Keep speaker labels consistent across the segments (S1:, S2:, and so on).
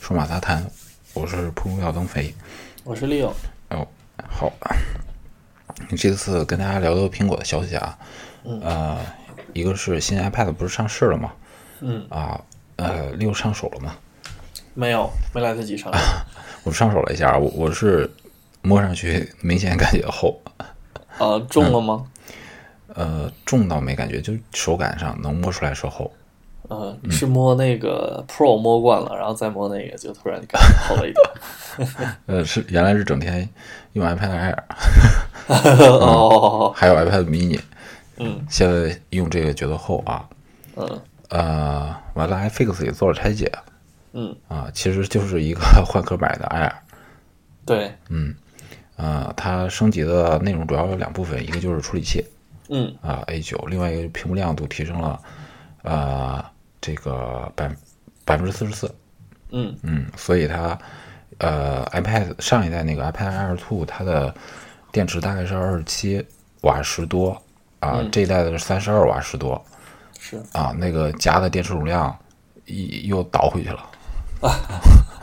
S1: 数码杂谈，我是普鲁小增肥。
S2: 我是 Leo，
S1: 哦，好，这次跟大家聊聊苹果的消息啊，呃，一个是新 iPad 不是上市了吗？
S2: 嗯，
S1: 啊，呃，Leo 上手了吗？
S2: 没有，没来得及上，
S1: 我上手了一下，我我是摸上去明显感觉厚，
S2: 呃，中了吗？
S1: 呃，重倒没感觉，就手感上能摸出来是厚。
S2: 呃，是摸那个 Pro 摸惯了，然后再摸那个，就突然感觉好了一点。
S1: 呃，是原来是整天用 iPad Air，
S2: 哦，
S1: 还有 iPad mini，
S2: 嗯
S1: 现在用这个觉得厚啊。
S2: 嗯
S1: 呃，完了，iFix 也做了拆解
S2: 嗯，
S1: 啊，其实就是一个 换壳买的 Air。
S2: 对，
S1: 呃，它升级的内容主要有两部分，一个就是处理器
S2: 嗯
S1: 啊、A 九，另外一个屏幕亮度提升了，呃，这个百百分之四十四，
S2: 嗯
S1: 嗯，所以它呃 iPad 上一代那个 iPad Air Two 它的电池大概是二十七瓦时多啊、这一代的是三十二瓦时多
S2: 嗯是
S1: 啊、那个加的电池容量一又倒回去了，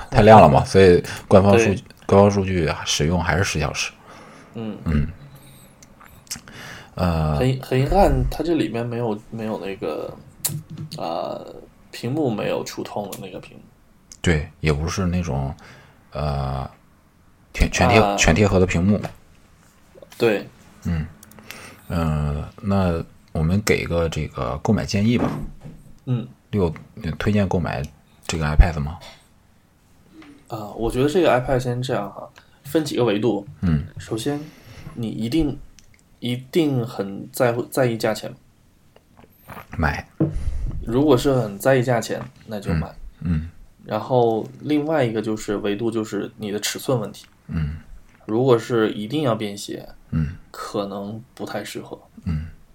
S1: 太亮了嘛，所以官方数
S2: 啊对
S1: 据官方数据使用还是十小时。
S2: 嗯嗯，呃，很很遗憾，它这里面没有没有那个呃屏幕没有触痛的那个屏幕。
S1: 对，也不是那种呃全全贴、
S2: 啊
S1: 全贴合的屏幕。
S2: 对，
S1: 嗯、那我们给一个这个购买建议吧。
S2: 嗯
S1: 六，你推荐购买这个 iPad 吗？
S2: 啊、我觉得这个 iPad 先这样哈，分几个维度。
S1: 嗯，
S2: 首先，你一定一定很在乎在意价钱，
S1: 买，
S2: 如果是很在意价钱，那就买。
S1: 嗯
S2: 然后另外一个就是维度，就是你的尺寸问题。
S1: 嗯，
S2: 如果是一定要便携，
S1: 嗯，
S2: 可能不太适合。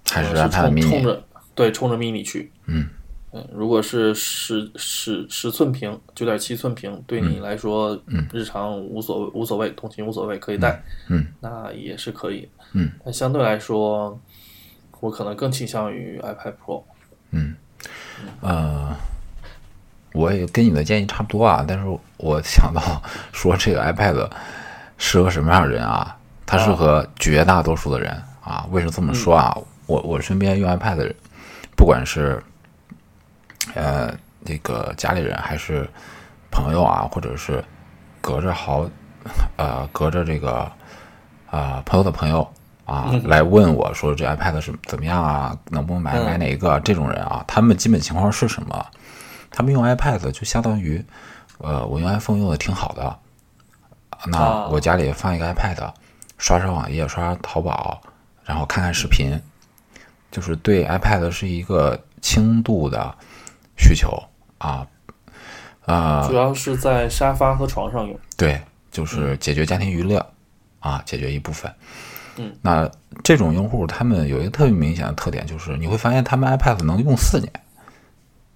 S1: 还是
S2: 我是
S1: iPad
S2: 冲冲
S1: mini？
S2: 着对冲着 mini 去。
S1: 嗯
S2: 嗯，如果是十十十寸屏，九点七寸屏，对
S1: 嗯
S2: 你来说，日常无所谓无所谓，通勤无所谓，可以带，
S1: 嗯，
S2: 那也是可以。
S1: 嗯，
S2: 但相对来说，我可能更倾向于 iPad Pro。
S1: 呃，我也跟你的建议差不多啊，但是我想到 说这个 iPad 适合什么样的人啊？它适合绝大多数的人啊。为什么这么说
S2: 嗯
S1: 啊？我我身边用 iPad 的人，不管是呃那个家里人还是朋友啊，或者是隔着好呃隔着这个呃朋友的朋友啊，来问我说这 iPad 是怎么样啊，能不能买买哪一个啊？这种人啊，他们基本情况是什么？他们用 iPad 就相当于呃我用 iPhone 用的挺好的，那
S2: 啊
S1: 我家里放一个 iPad，刷刷网页，刷刷淘宝，然后看看视频。就是对 iPad 是一个轻度的需求啊，
S2: 主要是在沙发和床上用。
S1: 对，就是解决家庭娱乐、啊，解决一部分。
S2: 嗯，
S1: 那这种用户他们有一个特别明显的特点，就是你会发现他们 iPad 能用四年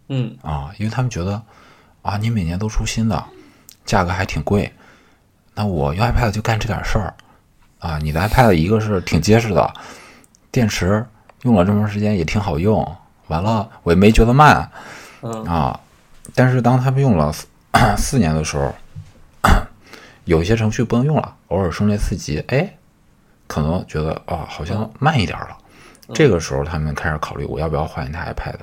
S2: 嗯
S1: 啊，因为他们觉得啊，你每年都出新的，价格还挺贵，那我用 iPad 就干这点事儿啊。你的 iPad 一个是挺结实的，电池用了这么长时间也挺好用，完了我也没觉得慢，
S2: 嗯
S1: 啊，但是当他们用了四四年的时候，有一些程序不能用了，偶尔升级四级，哎，可能觉得啊好像慢一点了。这个时候，他们开始考虑我要不要换一台 iPad。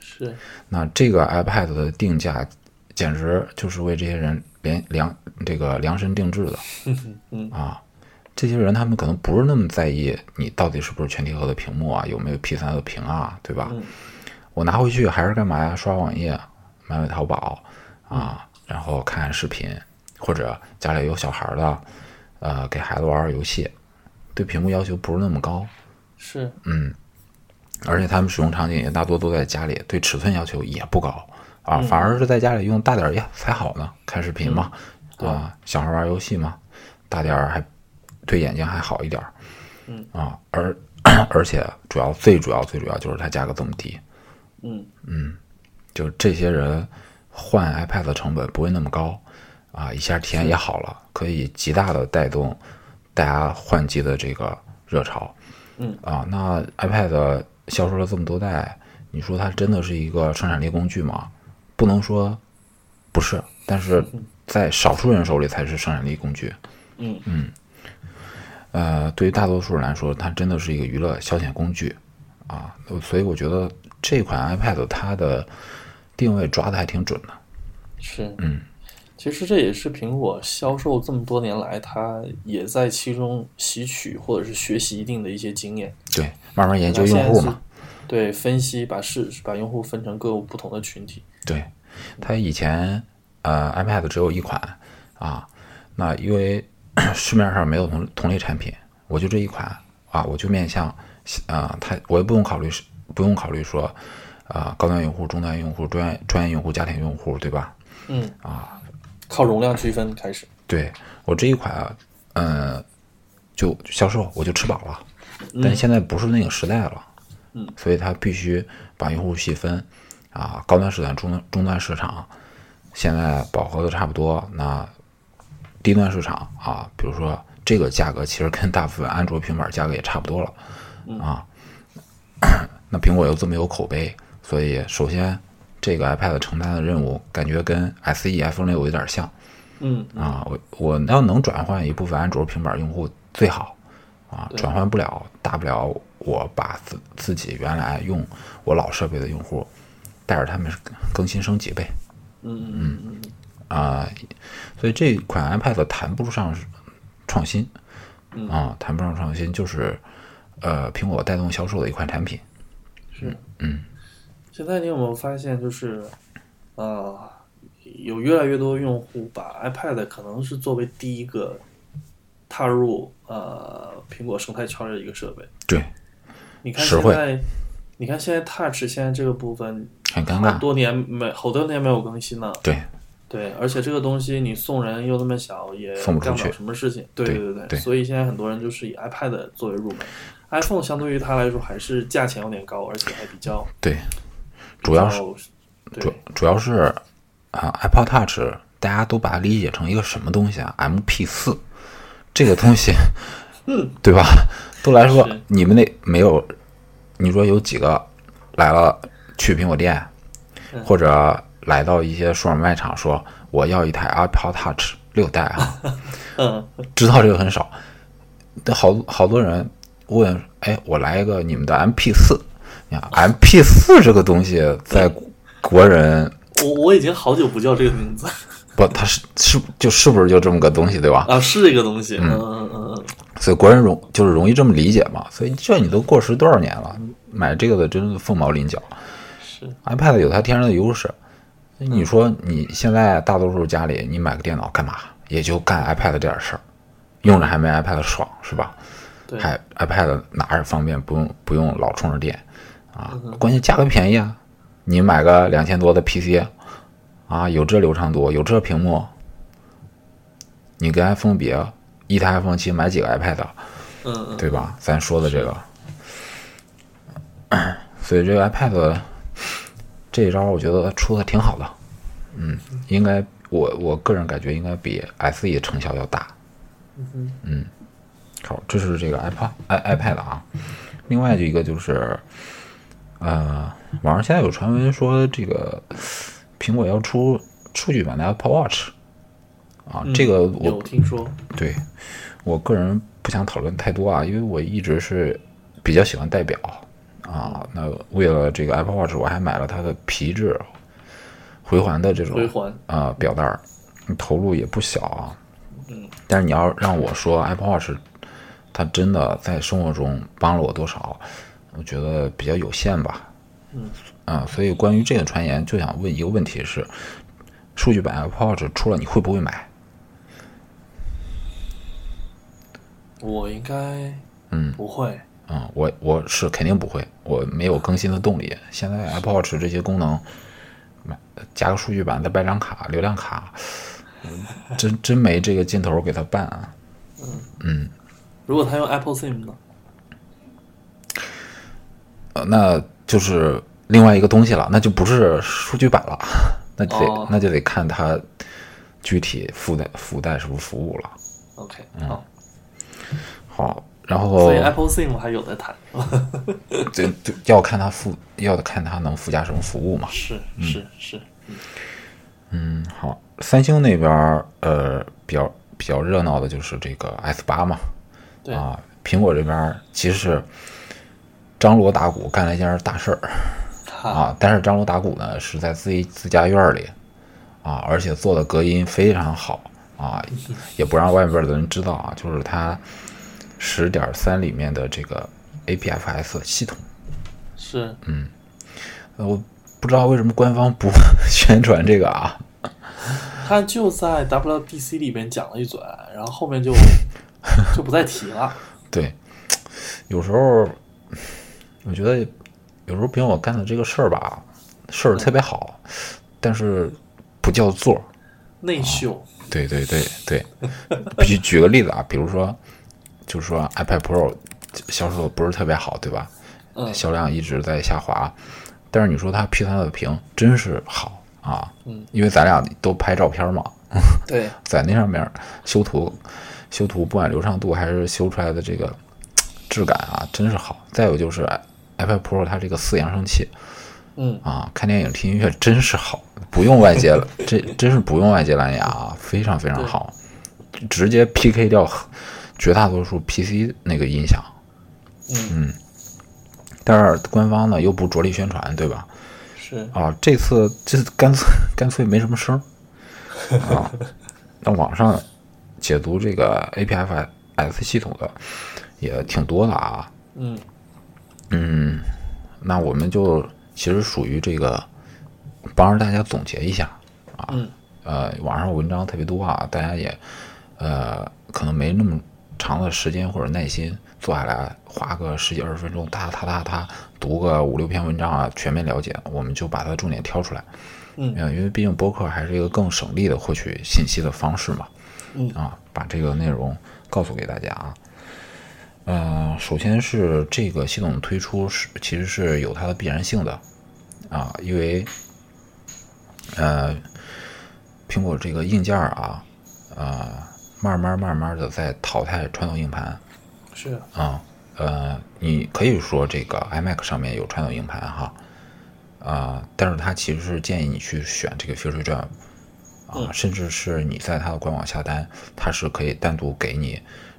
S2: 是
S1: 那这个 iPad 的定价，简直就是为这些人量量这个量身定制的。
S2: 嗯
S1: 啊，这些人他们可能不是那么在意你到底是不是全贴合的屏幕啊，有没有 P 3的屏啊，对吧？
S2: 嗯
S1: 我拿回去还是干嘛呀？刷网页，买买淘宝啊，然后看看视频，或者家里有小孩儿的，呃，给孩子玩玩游戏，对屏幕要求不是那么高。
S2: 是，
S1: 而且他们使用场景也大多都在家里，对尺寸要求也不高啊，反而是在家里用大点儿呀才好呢，看视频
S2: 嗯
S1: 嘛，啊，小孩玩游戏嘛，大点儿还对眼睛还好一点儿，
S2: 嗯
S1: 啊，而 而且主要最主要最主要就是它价格这么低，
S2: 嗯
S1: 就这些人换 iPad 的成本不会那么高啊，一下体验也好了，可以极大的带动大家换机的这个热潮。
S2: 嗯
S1: 啊，那 iPad 销售了这么多代，你说它真的是一个生产力工具吗？不能说不是，但是在少数人手里才是生产力工具。
S2: 嗯
S1: 嗯，呃，对于大多数人来说，它真的是一个娱乐消遣工具啊，所以我觉得这款 iPad 它的定位抓的还挺准的。
S2: 是，
S1: 嗯，
S2: 其实这也是苹果销售这么多年来，它也在其中吸取或者是学习一定的一些经验。
S1: 对，慢慢研究用户嘛。
S2: 对，分析把市把用户分成各个不同的群体。
S1: 对，它以前呃 iPad 只有一款啊，那因为 市面上没有同同类产品，我就这一款啊，我就面向啊、它我也不用考虑是不用考虑说啊、高端用户、中端用户、专业专业用户、家庭用户，对吧？
S2: 嗯啊，靠容量区分开始。
S1: 对我这一款啊，嗯，就销售我就吃饱了，但现在不是那个时代了，
S2: 嗯，
S1: 所以它必须把用户细分啊，高端市场、中端中端市场，现在饱和的差不多，那低端市场啊，比如说这个价格其实跟大部分安卓平板价格也差不多了，啊， 那苹果又这么有口碑，所以首先这个 iPad 承担的任务感觉跟 SE、iPhone 六有点像。
S2: 嗯
S1: 啊，我我要能转换一部分安卓平板用户最好啊，转换不了，大不了我把自自己原来用我老设备的用户带着他们更新升级呗
S2: 嗯嗯嗯
S1: 啊，所以这款 iPad 谈不上是创新
S2: 嗯
S1: 啊，谈不上创新，就是呃苹果带动销售的一款产品。
S2: 现在你有没有发现，就是，呃，有越来越多用户把 iPad 可能是作为第一个踏入呃苹果生态圈的一个设备。
S1: 对，
S2: 你看
S1: 实
S2: 现
S1: 惠
S2: 在，你看现在 Touch 现在这个部分，
S1: 很尴
S2: 好
S1: 尬。
S2: 多年没好多年没有更新了。
S1: 嗯对，
S2: 对，而且这个东西你送人又那么小，也
S1: 送
S2: 干
S1: 不
S2: 不
S1: 出去
S2: 了什么事情。对
S1: 对
S2: 对
S1: 对
S2: 所以现在很多人就是以 iPad 作为入门。iPhone 相对于它来说还是价钱有点高，而且还比较
S1: 对，主要是
S2: 是
S1: 主
S2: 对
S1: 主要是啊，Apple Touch 大家都把它理解成一个什么东西啊？MP 四这个东西，对吧？都来说
S2: 嗯是
S1: 你们那没有，你说有几个来了去苹果店，
S2: 嗯
S1: 或者来到一些数码卖场说我要一台 Apple Touch 六代 啊，
S2: 嗯
S1: 知道这个很少，但好好多人问，哎，我来一个你们的 MP 四，你 看 MP 四这个东西在国人。
S2: 我我已经好久不叫这个名字
S1: 不，它是是就是不是就这么个东西，对吧？
S2: 啊，是这个东西，嗯嗯嗯嗯，
S1: 所以国人容就是容易这么理解嘛。所以这你都过时多少年了，买这个的真是凤毛麟角。
S2: 是
S1: iPad 有它天然的优势。所以你说你现在大多数家里你买个电脑干嘛？也就干 iPad 这点事儿，用着还没 iPad 爽是吧？
S2: 对，
S1: 还 iPad 拿着方便，不用不用老充着电啊。关键价格便宜啊，你买个两千多的 PC 啊，有这流畅度，有这屏幕，你跟 iPhone 比，啊一台 iPhone 七买几个 iPad，啊
S2: 嗯嗯，
S1: 对吧？咱说的这个， 所以这个 iPad 这一招，我觉得出的挺好的，嗯，应该我我个人感觉应该比 SE 成效要大。
S2: 嗯
S1: 好，这是这个 iPad i iPad 啊。另外一个就是，呃，网上现在有传闻说这个苹果要出数据版的 Apple Watch 啊，这个我
S2: 嗯有听说，
S1: 对我个人不想讨论太多啊，因为我一直是比较喜欢戴表啊。那为了这个 Apple Watch，我还买了它的皮质回环的这种
S2: 回环
S1: 啊、表带儿，投入也不小啊。
S2: 嗯，
S1: 但是你要让我说 Apple Watch，它真的在生活中帮了我多少，我觉得比较有限吧。
S2: 嗯，
S1: 啊，所以关于这个传言，就想问一个问题是：数据版 Apple Watch 出了，你会不会买？
S2: 我应该
S1: 嗯
S2: 不会，
S1: 啊、我我是肯定不会，我没有更新的动力。现在 Apple Watch 这些功能，买加个数据版，再办张卡、流量卡，嗯真真没这个劲头给它办啊。
S2: 如果他用 Apple SIM 呢？
S1: 呃，那就是另外一个东西了，那就不是数据版了，那就得、
S2: 哦
S1: 那就得看它具体附带附带什么服务了。
S2: OK，好，
S1: 好，然后
S2: 所以 Apple SIM 还有的谈，
S1: 这这要看它附
S2: 嗯
S1: 要看它能附加什么服务嘛。
S2: 是是是，
S1: 嗯，好，三星那边儿呃比较比较热闹的就是这个 S 八嘛，
S2: 对
S1: 啊，苹果这边儿其实是张罗打鼓干了一件大事儿
S2: 哈，
S1: 啊，但是张罗打鼓呢是在自己自家院儿里啊，而且做的隔音非常好啊，也不让外边的人知道啊，就是它十点三里面的这个 APFS 系统，
S2: 是
S1: 呃我不知道为什么官方不 宣传这个啊，
S2: 他就在 WDC 里面讲了一嘴，然后后面 就就不再提了。
S1: 对，有时候我觉得有时候苹果干的这个事儿吧，事儿特别好，但是不叫座儿。
S2: 内秀，
S1: 对对对对，举举个例子啊，比如说，就是说 iPad Pro 销售不是特别好，对吧？
S2: 嗯
S1: 销量一直在下滑，但是你说它 P 3的屏真是好啊，
S2: 嗯，
S1: 因为咱俩都拍照片嘛，
S2: 对，
S1: 在那上面修图，修图不管流畅度还是修出来的这个质感啊，真是好。再有就是 iPad Pro 它这个四扬声器
S2: 嗯，
S1: 啊，看电影听音乐真是好，不用外接了，这真是不用外接蓝牙啊，非常非常好，直接 PK 掉绝大多数 PC 那个音响。
S2: 嗯
S1: 但是官方呢又不着力宣传，对吧？
S2: 是，
S1: 啊，这次这次干脆 干脆没什么声儿 啊。那网上解读这个 APFS 系统的也挺多的啊。
S2: 嗯，
S1: 嗯，那我们就其实属于这个帮着大家总结一下啊。
S2: 嗯
S1: 呃，网上文章特别多啊，大家也呃可能没那么长的时间或者耐心坐下来花个十几二十分钟，哒哒哒哒读个五六篇文章啊，全面了解，我们就把它重点挑出来。
S2: 嗯
S1: 呃，因为毕竟播客还是一个更省力的获取信息的方式嘛。
S2: 嗯
S1: 啊，把这个内容告诉给大家啊。呃，首先是这个系统推出是其实是有它的必然性的啊，因为呃，苹果这个硬件儿啊，呃，慢慢慢慢的在淘汰传统硬盘
S2: 是，
S1: 啊，呃，你可以说这个 iMac 上面有传统硬盘哈，啊、但是它其实是建议你去选这个 Future Drive 啊，
S2: 嗯
S1: 甚至是你在它的官网下单，它是可以单独给你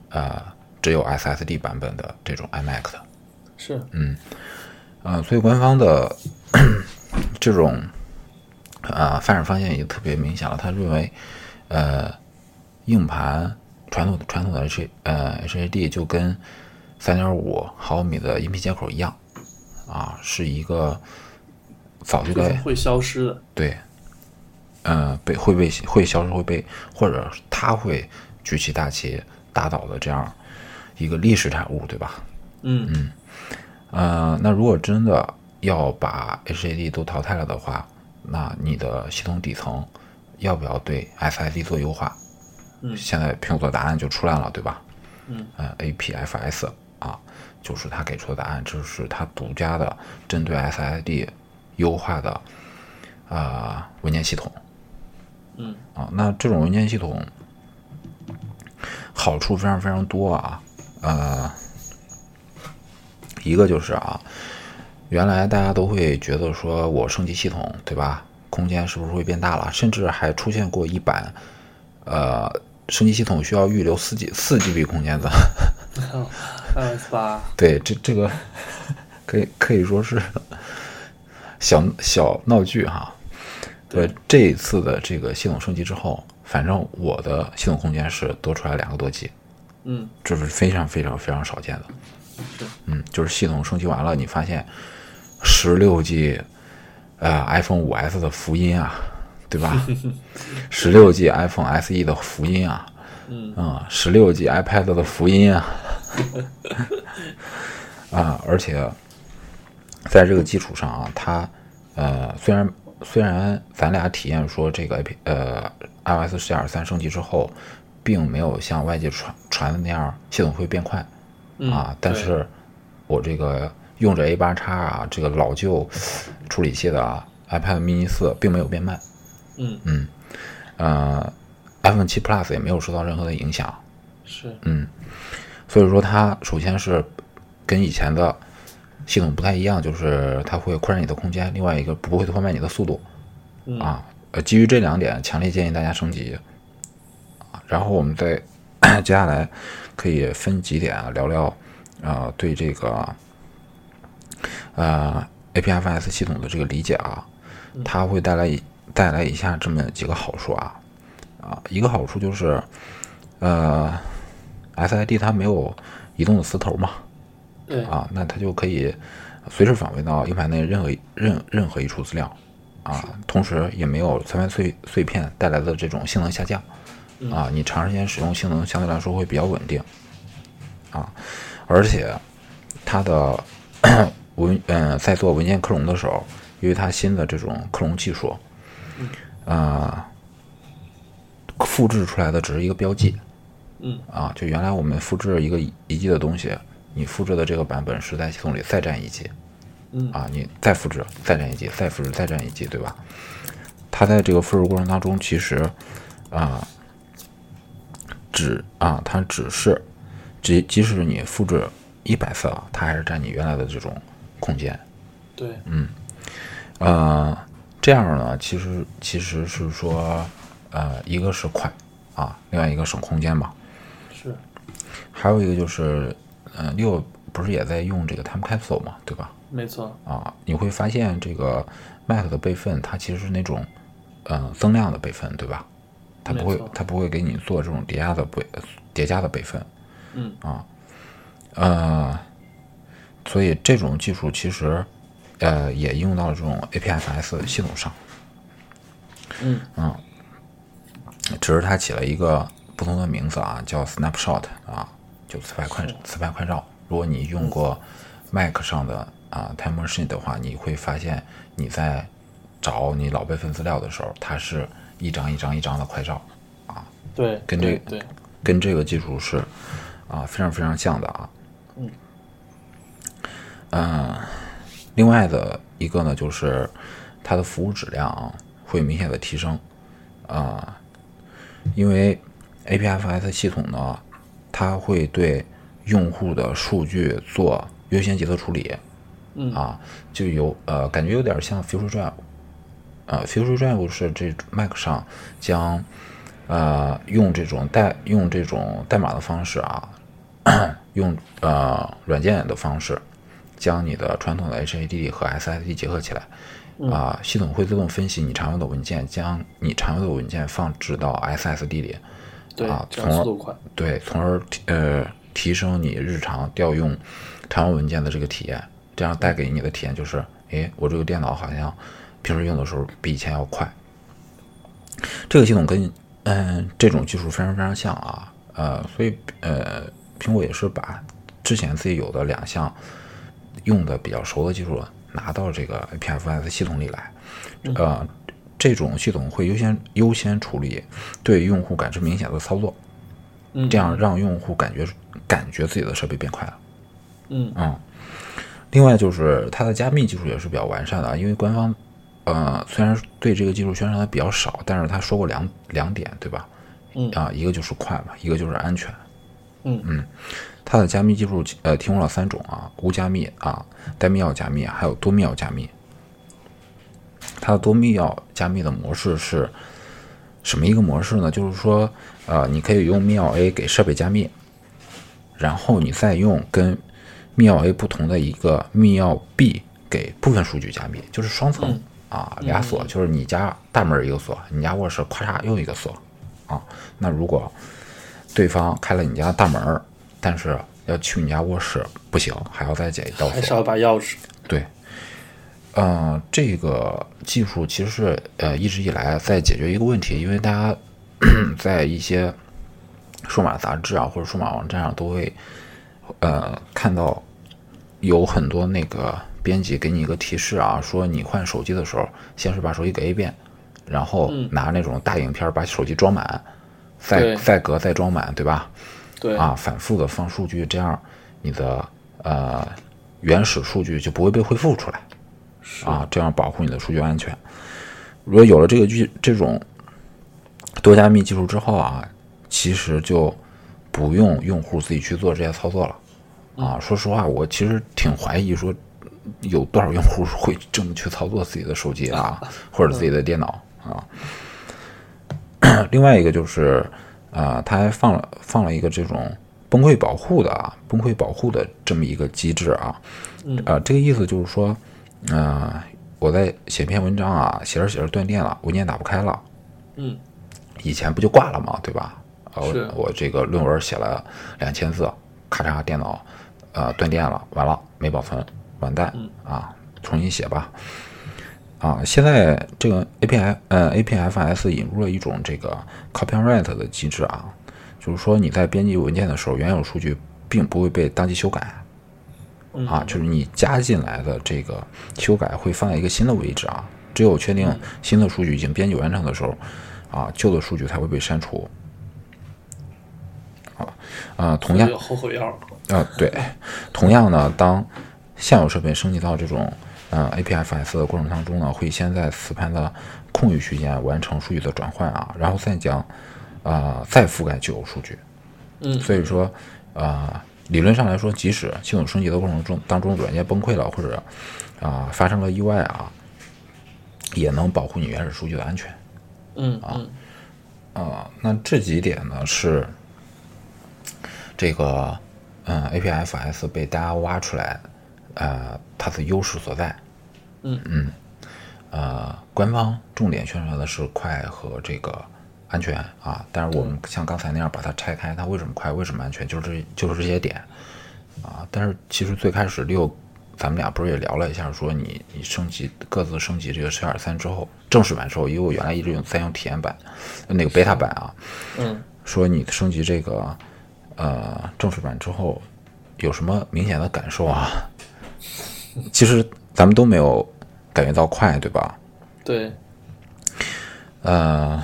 S1: 呃只有 SSD 版本的这种 iMac 的。
S2: 是，
S1: 啊，所以官方的这种啊发展方向已经特别明显了。他认为，呃，硬盘传统传统的 H 呃 HDD 就跟三点五毫米的音频接口一样，啊，是一个早就
S2: 就是
S1: 该
S2: 会消失的。
S1: 对，呃，被会被会消失会被或者他会举起大旗打倒的这样一个历史产物，对吧？
S2: 嗯
S1: 呃，那如果真的要把 HDD 都淘汰了的话，那你的系统底层要不要对 SSD 做优化？
S2: 嗯
S1: 现在苹果的答案就出来了，对吧？
S2: 嗯，
S1: 呃，APFS 啊，就是他给出的答案，这是他独家的针对 SSD 优化的呃文件系统。
S2: 嗯
S1: 啊，那这种文件系统好处非常非常多啊，呃，一个就是啊，原来大家都会觉得说我升级系统对吧，空间是不是会变大了？甚至还出现过一版，呃，升级系统需要预留四 G 四 GB 空间的，
S2: ，iOS 八，
S1: 对，这这个可以可以说是小小闹剧哈。呃，这一次的这个系统升级之后，反正我的系统空间是多出来两个多 G，
S2: 嗯
S1: 这是非常非常非常少见的。
S2: 是，
S1: 嗯，就是系统升级完了，你发现十六 G，呃，iPhone 五 S 的福音啊，对 吧？十六 G iPhone SE 的福音啊，
S2: 嗯
S1: 啊，十六 G iPad 的福音 啊，啊，而且在这个基础上啊，它呃，虽然虽然咱俩体验说这个 A P 呃 iOS 十点三升级之后，并没有像外界传传的那样系统会变快，
S2: 嗯
S1: 啊，但
S2: 对
S1: 是我这个用着 A 八叉啊，这个老旧处理器的啊 iPad mini 四并没有变慢，
S2: 嗯
S1: 呃，iPhone 七 Plus 也没有受到任何的影响，
S2: 是，
S1: 所以说它首先是跟以前的系统不太一样，就是它会扩展你的空间，另外一个不会拖慢你的速度
S2: 嗯
S1: 啊，呃，基于这两点，强烈建议大家升级。啊然后我们再 接下来可以分几点啊聊聊啊、呃对这个呃 APFS 系统的这个理解啊，它会带来以带来以下这么几个好处啊啊，一个好处就是呃 SID 它没有移动的磁头嘛，
S2: 对，
S1: 啊，那它就可以随时返回到硬盘内任何一任任何一处资料啊，同时也没有磁盘碎碎片带来的这种性能下降啊，你长时间使用性能相对来说会比较稳定啊，而且它的 文嗯、在做文件克隆的时候，因为它新的这种克隆技术，呃，复制出来的只是一个标记，
S2: 嗯
S1: 啊，就原来我们复制一个一 G 的东西，你复制的这个版本是在系统里再占一 G，
S2: 嗯
S1: 啊，你再复制再占一 G，再复制再占一 G，对吧？它在这个复制过程当中，其实啊，只啊，它只是即即使你复制一百次啊，它还是占你原来的这种空间，
S2: 对，
S1: 呃，这样呢，其实其实是说，呃，一个是快啊，另外一个省空间嘛，
S2: 是，
S1: 还有一个就是，呃，六不是也在用这个 Time Capsule 嘛，对吧？
S2: 没错，
S1: 啊，你会发现这个 Mac 的备份它其实是那种，呃，增量的备份，对吧？它不
S2: 没
S1: 会
S2: 错，
S1: 它不会给你做这种叠加的备呃叠加的备份，
S2: 嗯
S1: 啊，呃，所以这种技术其实，呃，也应用到了这种 APFS 系统上，啊
S2: 嗯
S1: 只是它起了一个不同的名字啊，叫 Snapshot 啊，就磁拍快磁拍快照。如果你用
S2: 嗯
S1: 过 Mac 上的啊 Time Machine 的话，你会发现你在找你老备份资料的时候，它是一张一张一张的快照，
S2: 对，
S1: 跟
S2: 对
S1: 这
S2: 对，
S1: 跟这个技术是啊非常非常像的啊。
S2: 嗯
S1: 呃。另外的一个呢，就是它的服务质量啊会明显的提升啊、因为 APFS 系统呢，它会对用户的数据做优先级的处理，
S2: 嗯
S1: 啊，就有呃感觉有点像 Future Drive，呃，Future Drive 是这 Mac 上将呃用这种代用这种代码的方式啊， 用呃软件的方式，将你的传统的 HADD 和 SSD 结合起来，啊、系统会自动分析你常用的文件，将你常用的文件放置到 SSD 里，
S2: 对
S1: 啊，
S2: 这样
S1: 从
S2: 速度快，
S1: 对，从而提呃提升你日常调用常用文件的这个体验，这样带给你的体验就是，诶，我这个电脑好像平时用的时候比以前要快。这个系统跟嗯、这种技术非常非常像啊，呃，所以呃苹果也是把之前自己有的两项用的比较熟的技术拿到这个 APFS 系统里来，呃，这种系统会优先优先处理对用户感知明显的操作，
S2: 嗯
S1: 这样让用户感觉感觉自己的设备变快了。
S2: 嗯
S1: 另外就是它的加密技术也是比较完善的啊，因为官方呃虽然对这个技术宣传的比较少，但是他说过两两点，对吧？
S2: 嗯
S1: 啊、一个就是快嘛，一个就是安全。
S2: 嗯
S1: 嗯，它的加密技术呃提供了三种啊，无加密啊、单密钥加密，啊还有多密钥加密。它的多密钥加密的模式是什么一个模式呢？就是说，呃，你可以用密钥 A 给设备加密，然后你再用跟密钥 A 不同的一个密钥 B 给部分数据加密，就是双层、啊，俩锁，就是你家大门一个锁，你家卧室咔嚓又一个锁啊。那如果对方开了你家大门儿，但是要去你家卧室不行，还要再解一道
S2: 还
S1: 锁，
S2: 少一把钥匙，
S1: 对，呃，这个技术其实是呃一直以来在解决一个问题，因为大家 在一些数码杂志啊或者数码网站上都会呃看到有很多那个编辑给你一个提示啊，说你换手机的时候，先是把手机给 A 遍，然后拿那种大影片儿把手机装满，再
S2: 对
S1: 再隔再装满，对吧？
S2: 对，
S1: 啊，反复的放数据，这样你的呃原始数据就不会被恢复出来，啊，这样保护你的数据安全。如果有了这个技这种多加密技术之后啊，其实就不用用户自己去做这些操作了。啊，说实话，我其实挺怀疑说有多少用户会这么去操作自己的手机啊，或者自己的电脑啊。另外一个就是啊、呃，它还放了放了一个这种崩溃保护的啊，崩溃保护的这么一个机制啊。
S2: 嗯
S1: 啊，这个意思就是说，呃，我在写篇文章啊，写着写着断电了，文件打不开了，
S2: 嗯
S1: 以前不就挂了吗？对吧？啊，
S2: 是
S1: 我我这个论文写了两千字，咔嚓，电脑呃断电了，完了没保存，完蛋
S2: 嗯
S1: 啊，重新写吧。啊，现在这个 A P I 呃 A P F S 引入了一种这个 copyright 的机制啊，就是说你在编辑文件的时候，原有数据并不会被当即修改，
S2: 嗯
S1: 啊，就是你加进来的这个修改会放在一个新的位置啊。只有确定新的数据已经编辑完成的时候，啊，旧的数据才会被删除。啊啊，同样
S2: 有后悔药了。
S1: 啊，对，同样呢，当现有设备升级到这种呃 APFS 的过程当中呢，会先在磁盘的空余区间完成数据的转换啊，然后再将啊再覆盖旧有数据。
S2: 嗯
S1: 所以说，啊、理论上来说，即使系统升级的过程中当中软件崩溃了，或者啊、发生了意外啊，也能保护你原始数据的安全
S2: 嗯嗯
S1: 啊、那这几点呢是这个嗯 APFS 被大家挖出来，呃，它的优势所在。
S2: 嗯
S1: 嗯，呃，官方重点宣传的是快和这个安全啊，但是我们像刚才那样把它拆开，它为什么快，为什么安全，就是这就是这些点啊。但是其实最开始六，咱们俩不是也聊了一下，说你你升级各自升级这个十点三之后，正式版之后，因为我原来一直用在用体验版，那个 beta 版啊，
S2: 嗯
S1: 说你升级这个呃正式版之后有什么明显的感受啊？其实咱们都没有感觉到快，对吧？
S2: 对，
S1: 呃，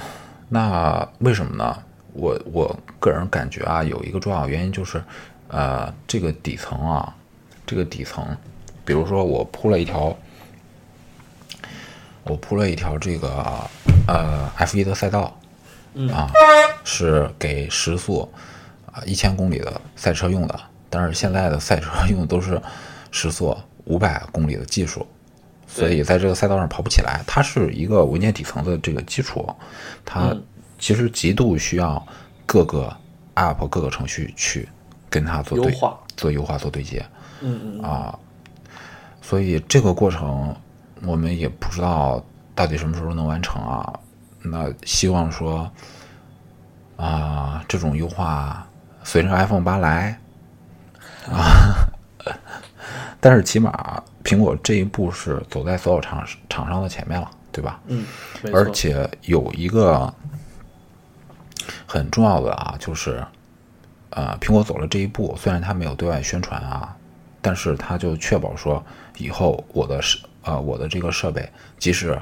S1: 那为什么呢？我我个人感觉啊，有一个重要原因就是，呃，这个底层啊，这个底层，比如说我铺了一条，我铺了一条这个呃 F 一的赛道，
S2: 嗯
S1: 啊，是给时速啊一千公里的赛车用的，但是现在的赛车 用的都是时速五百公里的技术，所以在这个赛道上跑不起来。它是一个文件底层的这个基础，它
S2: 嗯
S1: 其实极度需要各个 App 各个程序去跟它做对
S2: 优化
S1: 做优化、做对接。
S2: 嗯嗯
S1: 啊，所以这个过程我们也不知道到底什么时候能完成啊。那希望说啊，这种优化随着 iPhone 八来啊， 但是起码苹果这一步是走在所有厂厂商的前面了，对吧？
S2: 嗯，没
S1: 而
S2: 错，
S1: 且有一个很重要的啊，就是呃，苹果走了这一步，虽然它没有对外宣传啊，但是它就确保说以后我的设呃我的这个设备，即使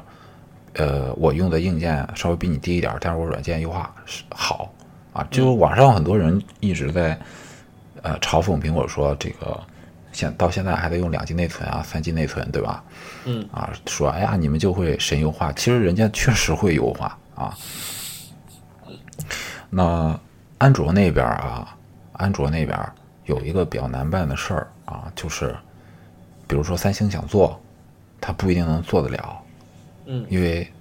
S1: 呃我用的硬件稍微比你低一点儿，呃但是我软件优化是好啊。就网上很多人一直在呃嘲讽苹果说这个。现到现在还在用两 G 内存啊，三 G 内存，对吧？
S2: 嗯
S1: 啊，说哎呀，你们就会神优化，其实人家确实会优化啊。那安卓那边儿啊，安卓那边儿有一个比较难办的事儿啊，就是比如说三星想做，它不一定能做得了，
S2: 嗯，
S1: 因为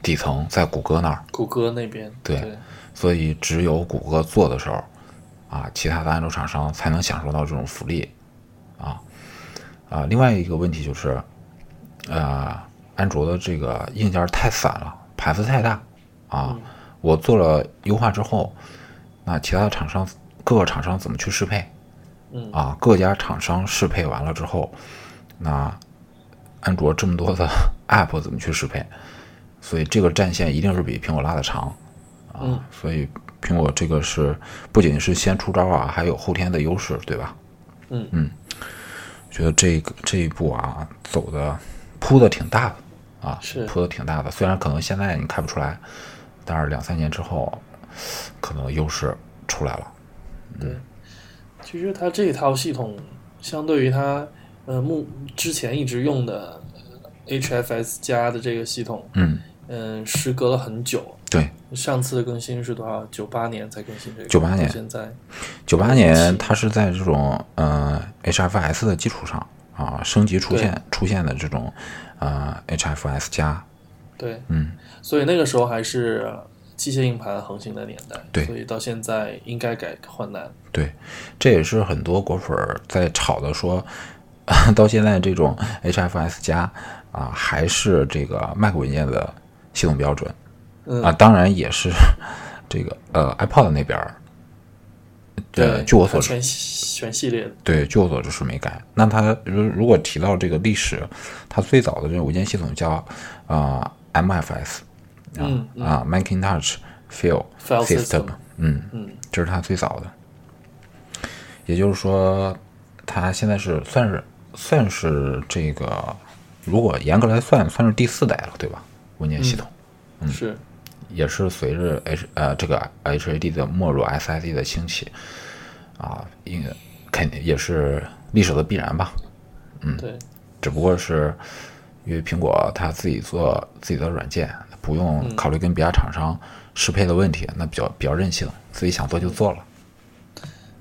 S1: 底层在谷歌那儿，
S2: 谷歌那边
S1: 对所以只有谷歌做的时候，啊，其他的安卓厂商才能享受到这种福利，啊，啊，另外一个问题就是，呃，安卓的这个硬件太散了，盘子太大，啊，我做了优化之后，那其他的厂商各个厂商怎么去适配？
S2: 嗯
S1: 啊，各家厂商适配完了之后，那安卓这么多的 App 怎么去适配？所以这个战线一定是比苹果拉的长。
S2: 嗯
S1: 所以苹果这个是不仅是先出招啊，还有后天的优势，对吧？
S2: 嗯
S1: 嗯，觉得这个这一步啊，走的铺的挺大的啊，
S2: 是
S1: 铺的挺大的。虽然可能现在你看不出来，但是两三年之后，可能优势出来了。
S2: 其实它这套系统相对于它呃目之前一直用的呃 HFS 加的这个系统，
S1: 嗯，
S2: 嗯，时隔了很久，
S1: 对，
S2: 上次的更新是多少？九八年才更新这个，
S1: 98年
S2: 到现在
S1: 九八年它是在这种呃 HFS 的基础上啊升级出现出现的这种呃 HFS 加
S2: 对，
S1: 嗯，
S2: 所以那个时候还是机械硬盘横行的年代，
S1: 对
S2: 所以到现在应该改换难，
S1: 对，这也是很多果粉儿在吵的说，到现在这种 HFS 加啊，还是这个 Mac 文件的系统标准
S2: 嗯
S1: 啊，当然也是这个呃 iPod 那边儿，呃，据我所
S2: 它
S1: 知，
S2: 全系全系列的，
S1: 对，据我所知是没改。那它如如果提到这个历史，它最早的这种文件系统叫啊、呃 MFS 啊、
S2: 嗯嗯
S1: 啊 Macintosh File
S2: File System
S1: 嗯
S2: 嗯，
S1: 这是它最早的。也就是说，它现在是算是算是这个，如果严格来算，算是第四代了，对吧？文件系统、嗯
S2: 是，
S1: 也是随着 H 呃这个 HAD 的没入，SSD 的兴起啊，应肯定也是历史的必然吧。嗯
S2: 对，
S1: 只不过是因为苹果它自己做自己的软件，不用考虑跟别的厂商适配的问题，那比较比较任性，自己想做就做了。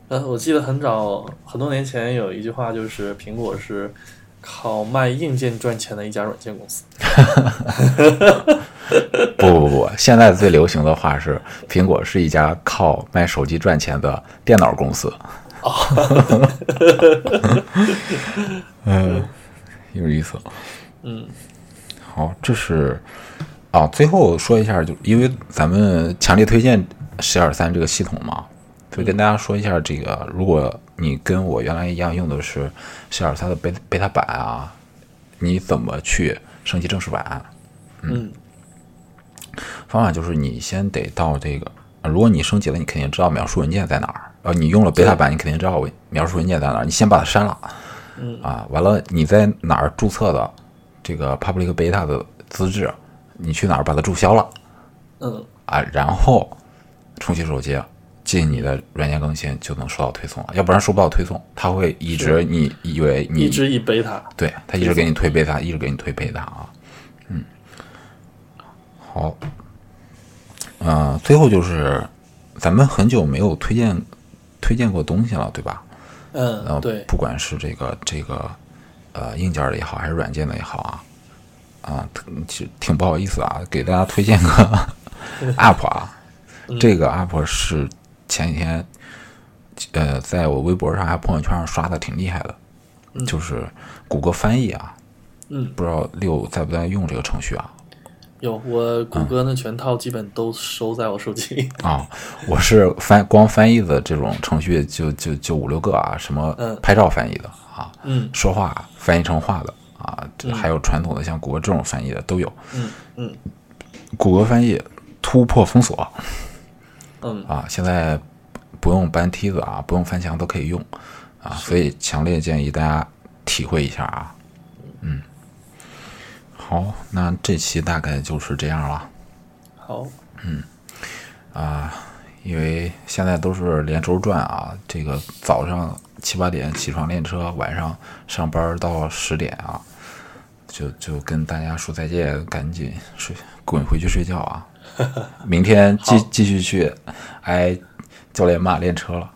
S2: 呃，我记得很早很多年前有一句话，就是苹果是靠卖硬件赚钱的一家软件公司。
S1: 不不不，现在最流行的话是，苹果是一家靠卖手机赚钱的电脑公司。嗯，有意思。
S2: 嗯，
S1: 好，这是啊，最后说一下，就因为咱们强烈推荐十点三这个系统嘛，所以跟大家说一下，这个如果你跟我原来一样用的是十点三的贝贝塔版啊，你怎么去升级正式版？
S2: 嗯
S1: 方法就是你先得到这个，呃如果你升级了，你肯定知道描述文件在哪儿。呃，你用了 beta 版，你肯定知道文描述文件在哪儿。你先把它删了，
S2: 嗯
S1: 啊，完了你在哪儿注册的这个 public beta 的资质，你去哪儿把它注销了
S2: 嗯
S1: 啊，然后重启手机，进你的软件更新就能收到推送了，要不然收不到推送，它会一直你以为你
S2: 一直以贝塔。
S1: 对他一直给你推贝塔，一直给你推贝塔啊。嗯，好，呃，最后就是咱们很久没有推荐推荐过东西了，对吧？
S2: 嗯，
S1: 呃，
S2: 对，
S1: 不管是这个这个呃硬件儿的也好，还是软件的也好啊，啊、挺其实挺不好意思啊，给大家推荐 个 app 啊，
S2: 嗯
S1: 这个 app 是前几天呃在我微博上还有朋友圈上刷的挺厉害的，就是谷歌翻译啊，
S2: 嗯，
S1: 不知道六在不在用这个程序啊？
S2: 有我
S1: 嗯
S2: 谷歌的全套基本都收在我手机 里。
S1: 啊，我是翻光翻译的这种程序就就就五六个啊，什么
S2: 嗯
S1: 拍照翻译的啊，
S2: 嗯
S1: 说话翻译成话的啊，这还有传统的像谷歌这种翻译的都有。
S2: 嗯嗯
S1: 谷歌翻译突破封锁
S2: 嗯，
S1: 啊，现在不用搬梯子啊，不用翻墙都可以用啊，所以强烈建议大家体会一下啊。嗯，好，那这期大概就是这样了，
S2: 好，
S1: 因为现在都是连轴转啊，这个早上七八点起床练车，晚上上班到十点啊。就就跟大家说再见，赶紧睡，滚回去睡觉啊！明天继继续去挨教练骂练车了。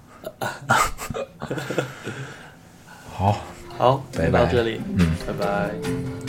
S1: 好。
S2: 好，
S1: 拜
S2: 到
S1: 拜
S2: 这里，嗯，拜拜。